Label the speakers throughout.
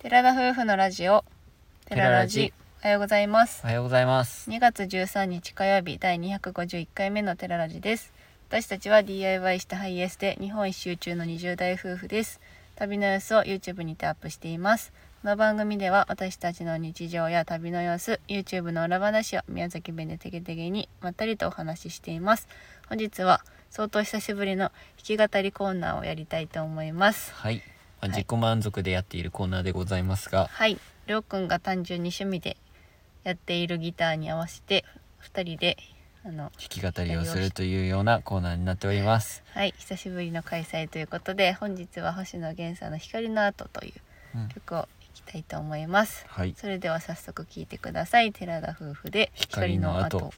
Speaker 1: 寺田夫婦のラジオ寺ラジ
Speaker 2: 寺ラジ
Speaker 1: おはようございます
Speaker 2: おはようございます。
Speaker 1: 2月13日火曜日第251回目の寺ラジです私たちは DIY したハイエースで日本一周中の20代夫婦です旅の様子を YouTube にてアップしていますこの番組では私たちの日常や旅の様子 YouTube の裏話を宮崎弁でテゲテゲにまったりとお話ししています本日は相当久しぶりの弾き語りコーナーをやりたいと思います
Speaker 2: はい、ま
Speaker 1: は
Speaker 2: あ
Speaker 1: い
Speaker 2: 自己満足でやっているコーナーでございますが、
Speaker 1: はい、りょうくんが単純に趣味でやっているギターに合わせて2人であの
Speaker 2: 弾き語りをするというようなコーナーになっております。
Speaker 1: はい久しぶりの開催ということで本日は星野源さんの「光の後」という
Speaker 2: うん
Speaker 1: 曲を弾きたいと思います、
Speaker 2: はい、
Speaker 1: それでは早速聴いてください寺田夫婦で「
Speaker 2: 光の後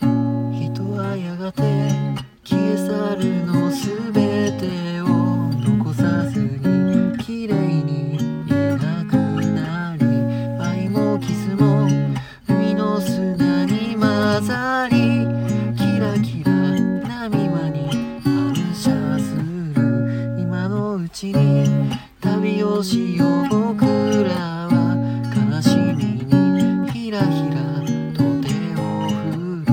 Speaker 3: 人はやがて消え去るのすべてを残さずに綺麗にいなくなり愛もキスも海の砂に混ざりキラキラ波間に反射する今のうちに旅をしよう僕らは悲しみにひらひらと手を振る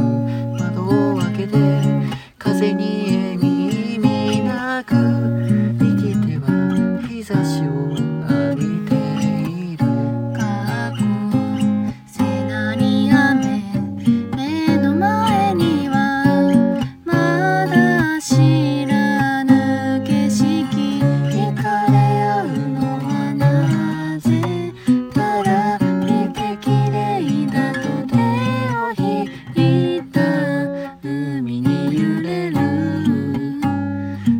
Speaker 3: 窓を開けて風にえみみなく生きては日差しを浴びている
Speaker 4: 過去背中に雨目の前にはまだ知らぬ景色惹かれ合うのはなぜただ見て綺麗だと手を引いた海に揺れる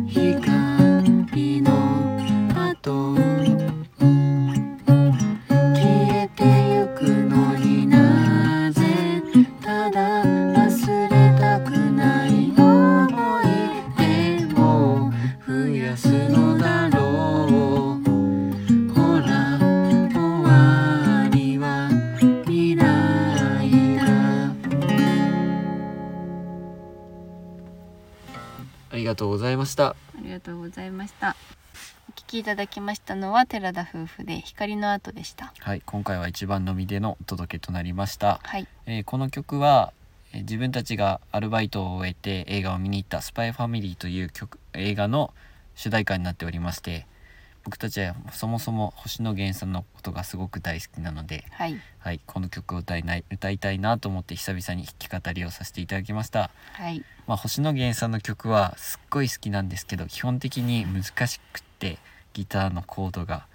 Speaker 4: 光の跡消えてゆくのになぜただ忘れたくない思い出を増やすのだろうほら終わりは未来だ
Speaker 2: ありがとうございました。」
Speaker 1: ありがとうございましたお聴きいただきましたのは寺田夫婦で「光の後」でした
Speaker 2: はい、今回は一番のみでのお届けとなりました。
Speaker 1: はい
Speaker 2: えーこの曲は、えー自分たちがアルバイトを終えて映画を見に行った「スパイファミリーという曲映画の主題歌になっておりまして僕たちはそもそも星野源さんのことがすごく大好きなので、
Speaker 1: はい
Speaker 2: はい、この曲を歌いない歌いたいなと思って久々に弾き語りをさせていただきました、
Speaker 1: はい
Speaker 2: まあ、星野源さんの曲はすっごい好きなんですけど基本的に難しくってギターのコードが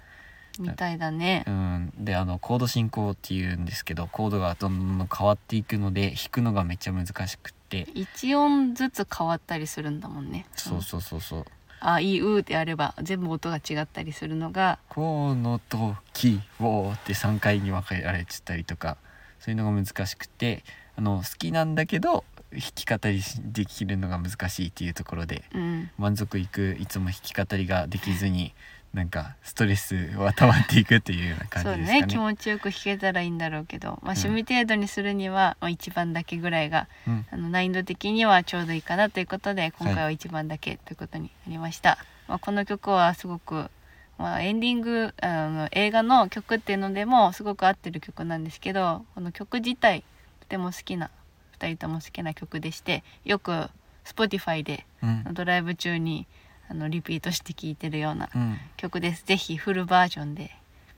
Speaker 1: みたいだね
Speaker 2: うんであのコード進行っていうんですけどコードがどんどんどん変わっていくので弾くのがめっちゃ難しくって
Speaker 1: 一音ずつ変わったりするんだもんね
Speaker 2: そうそうそうそう
Speaker 1: あいうであれば全部音が違ったりするのが
Speaker 2: 「この時を」って3回に分けられてたりとかそういうのが難しくてあの好きなんだけど弾き語りしできるのが難しいっていうところで
Speaker 1: うん
Speaker 2: 満足いくいつも弾き語りができずになんかストレスは溜まっていくというような感
Speaker 1: そう
Speaker 2: じです
Speaker 1: ね
Speaker 2: かね。
Speaker 1: 気持ちよく弾けたらいいんだろうけど、まあ、
Speaker 2: うん
Speaker 1: 趣味程度にするには、まあ、1番だけぐらいが
Speaker 2: うん
Speaker 1: あの難易度的にはちょうどいいかなということで今回は1番だけということになりました、まあ、この曲はすごく、まあ、エンディングあの映画の曲っていうのでもすごく合ってる曲なんですけどこの曲自体とても好きな2人とも好きな曲でしてよく Spotify で
Speaker 2: うん
Speaker 1: ドライブ中にあのリピートして聴いてるような
Speaker 2: うん
Speaker 1: 曲です。ぜひフルバージョンで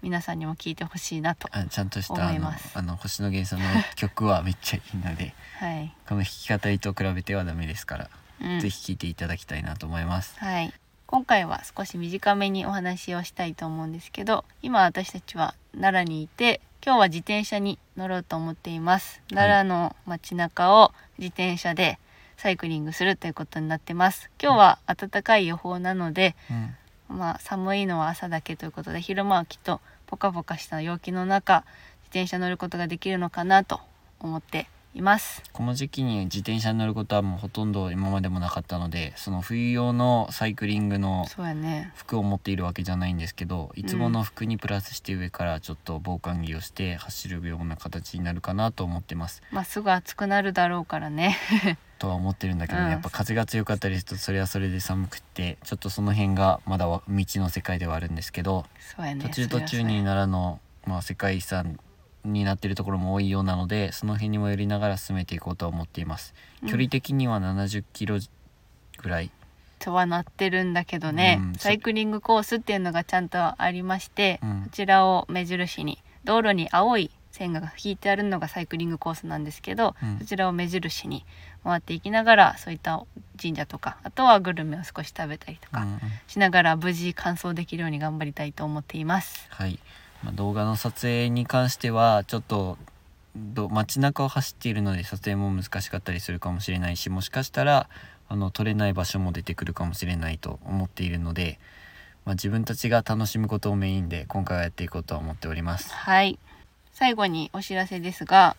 Speaker 1: 皆さんにも聴いてほしいなと。
Speaker 2: あちゃんとした
Speaker 1: 思
Speaker 2: あ
Speaker 1: い
Speaker 2: の
Speaker 1: ます
Speaker 2: あの星野源さんの曲はめっちゃいいので
Speaker 1: はい。
Speaker 2: この弾き語りと比べてはダメですから、
Speaker 1: うん
Speaker 2: ぜひ聴いていただきたいなと思います。
Speaker 1: はい。今回は少し短めにお話をしたいと思うんですけど、今私たちは奈良にいて、今日は自転車に乗ろうと思っています。
Speaker 2: い
Speaker 1: 奈良の街中を自転車でサイクリングするということになってます。今日は暖かい予報なので、
Speaker 2: うん
Speaker 1: まあ寒いのは朝だけということで昼間はきっとポカポカした陽気の中自転車乗ることができるのかなと思っています
Speaker 2: この時期に自転車に乗ることはもうほとんど今までもなかったのでその冬用のサイクリングの
Speaker 1: そうやね
Speaker 2: 服を持っているわけじゃないんですけどいつもの服にプラスして上からちょっと防寒着をして走るような形になるかなと思ってます
Speaker 1: まあすぐ暑くなるだろうからね
Speaker 2: とは思ってるんだけど、
Speaker 1: うん
Speaker 2: ね、やっぱ風が強かったりするとそれはそれで寒くってちょっとその辺がまだわ未知の世界ではあるんですけど
Speaker 1: そうやね
Speaker 2: 途中途中に
Speaker 1: そりゃ
Speaker 2: 奈良の、まあ、世界遺産になってるところも多いようなのでその辺にも寄りながら進めていこうとは思っています
Speaker 1: うん
Speaker 2: 距離的には70キロぐら
Speaker 1: そうや
Speaker 2: い、
Speaker 1: とはなってるんだけどね、
Speaker 2: うん
Speaker 1: サイクリングコースっていうのがちゃんとありまして、
Speaker 2: うん
Speaker 1: こちらを目印に道路に青い線が引いてあるのがサイクリングコースなんですけど、
Speaker 2: うん
Speaker 1: そちらを目印に回っていきながらそういった神社とかあとはグルメを少し食べたりと
Speaker 2: うんう
Speaker 1: か
Speaker 2: ん
Speaker 1: しながら無事完走できるように頑張りたいと思っています。
Speaker 2: はい、まあ、動画の撮影に関してはちょっとど街中を走っているので撮影も難しかったりするかもしれないしもしかしたらあの撮れない場所も出てくるかもしれないと思っているので、まあ、自分たちが楽しむことをメインで今回はやっていこうとは思っております。
Speaker 1: はい最後にお知らせですが、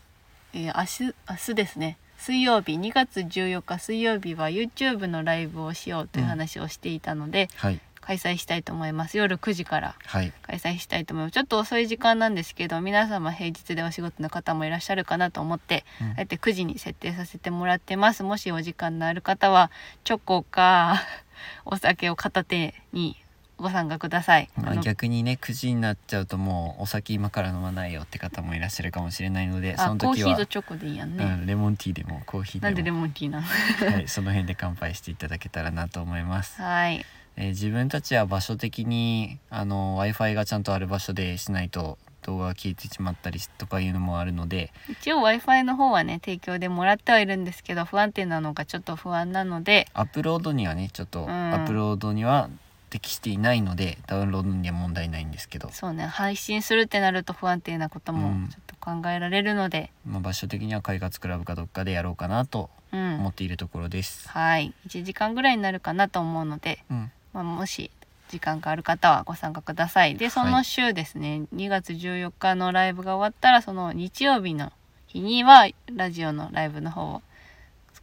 Speaker 1: えー明日明日ですね水曜日2月14日水曜日は YouTube のライブをしようという話をしていたので、
Speaker 2: はい、
Speaker 1: 開催したいと思います夜9時から
Speaker 2: はい
Speaker 1: 開催したいと思いますちょっと遅い時間なんですけど皆様平日でお仕事の方もいらっしゃるかなと思って、
Speaker 2: うん
Speaker 1: あえて9時に設定させてもらってますもしお時間のある方はチョコか お酒を片手にご参加ください、
Speaker 2: ま
Speaker 1: あ
Speaker 2: あ、
Speaker 1: の
Speaker 2: 逆にね9時になっちゃうともうお酒今から飲まないよって方もいらっしゃるかもしれないのでそ
Speaker 1: あ
Speaker 2: の
Speaker 1: コー
Speaker 2: 時
Speaker 1: ヒ
Speaker 2: は
Speaker 1: ーとチョコでいいやんね、
Speaker 2: うん、レモンティーでもコーヒーでも
Speaker 1: なんでレモンティーなの
Speaker 2: はい、その辺で乾杯していただけたらなと思います。
Speaker 1: はい
Speaker 2: えー自分たちは場所的にあの w i f i がちゃんとある場所でしないと動画が消えてしまったりとかいうのもあるので、
Speaker 1: 一応 w i f i の方はね提供でもらってはいるんですけど不安定なのがちょっと不安なので
Speaker 2: アップロードにはねちょっと
Speaker 1: ん
Speaker 2: アップロードには適していないのでダウンロードには問題ないんですけど、
Speaker 1: そうね配信するってなると不安定なこと
Speaker 2: うん
Speaker 1: もちょっと考えられるので、
Speaker 2: まあ、場所的には快活クラブかどっかでやろうかなと
Speaker 1: うん
Speaker 2: 思っているところです。
Speaker 1: はい1時間ぐらいになるかなと思うので、
Speaker 2: うん、
Speaker 1: まあ、もし時間がある方はご参加くださいでそ
Speaker 2: は
Speaker 1: の
Speaker 2: い
Speaker 1: 週ですね、2月14日のライブが終わったらその日曜日の日にはラジオのライブの方を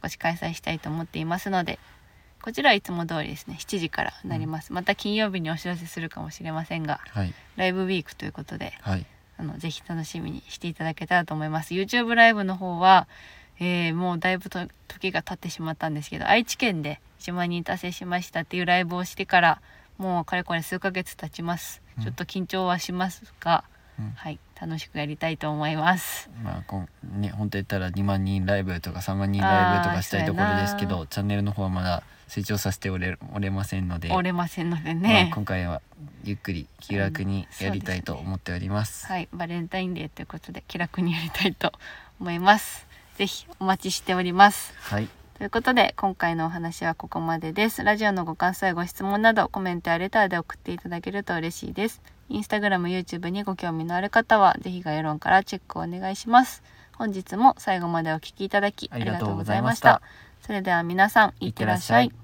Speaker 1: 少し開催したいと思っていますのでこちらはいつも通りですね7時からになります、また金曜日にお知らせするかもしれませんが
Speaker 2: はい、
Speaker 1: ライブウィークということで
Speaker 2: はい、
Speaker 1: あのぜひ楽しみにしていただけたらと思います YouTube ライブの方は、えーもうだいぶと時が経ってしまったんですけど愛知県で1万人達成しましたっていうライブをしてからもうかれこれ数ヶ月経ちます、
Speaker 2: うん
Speaker 1: ちょっと緊張はしますが、
Speaker 2: うん
Speaker 1: はい楽しくやりたいと思います
Speaker 2: まあこんね本当言ったら2万人ライブとか3万人ライブとかしたいところですけ
Speaker 1: あーそう
Speaker 2: どチャンネルの方はまだ成長させておれおれませんので
Speaker 1: 折れませんのでね
Speaker 2: まあ、今回はゆっくり気楽にやりたいと思っております。
Speaker 1: はいバレンタインデーということで気楽にやりたいと思いますぜひお待ちしております
Speaker 2: はい、
Speaker 1: ということで今回のお話はここまでですラジオのご感想やご質問などコメントやレターで送っていただけると嬉しいですインスタグラム YouTube にご興味のある方はぜひ概要欄からチェックをお願いします本日も最後までお聞きいただきありがとうございました
Speaker 2: ありがとうござい
Speaker 1: それでは皆さんいってらっしゃ
Speaker 2: いっ
Speaker 1: い
Speaker 2: て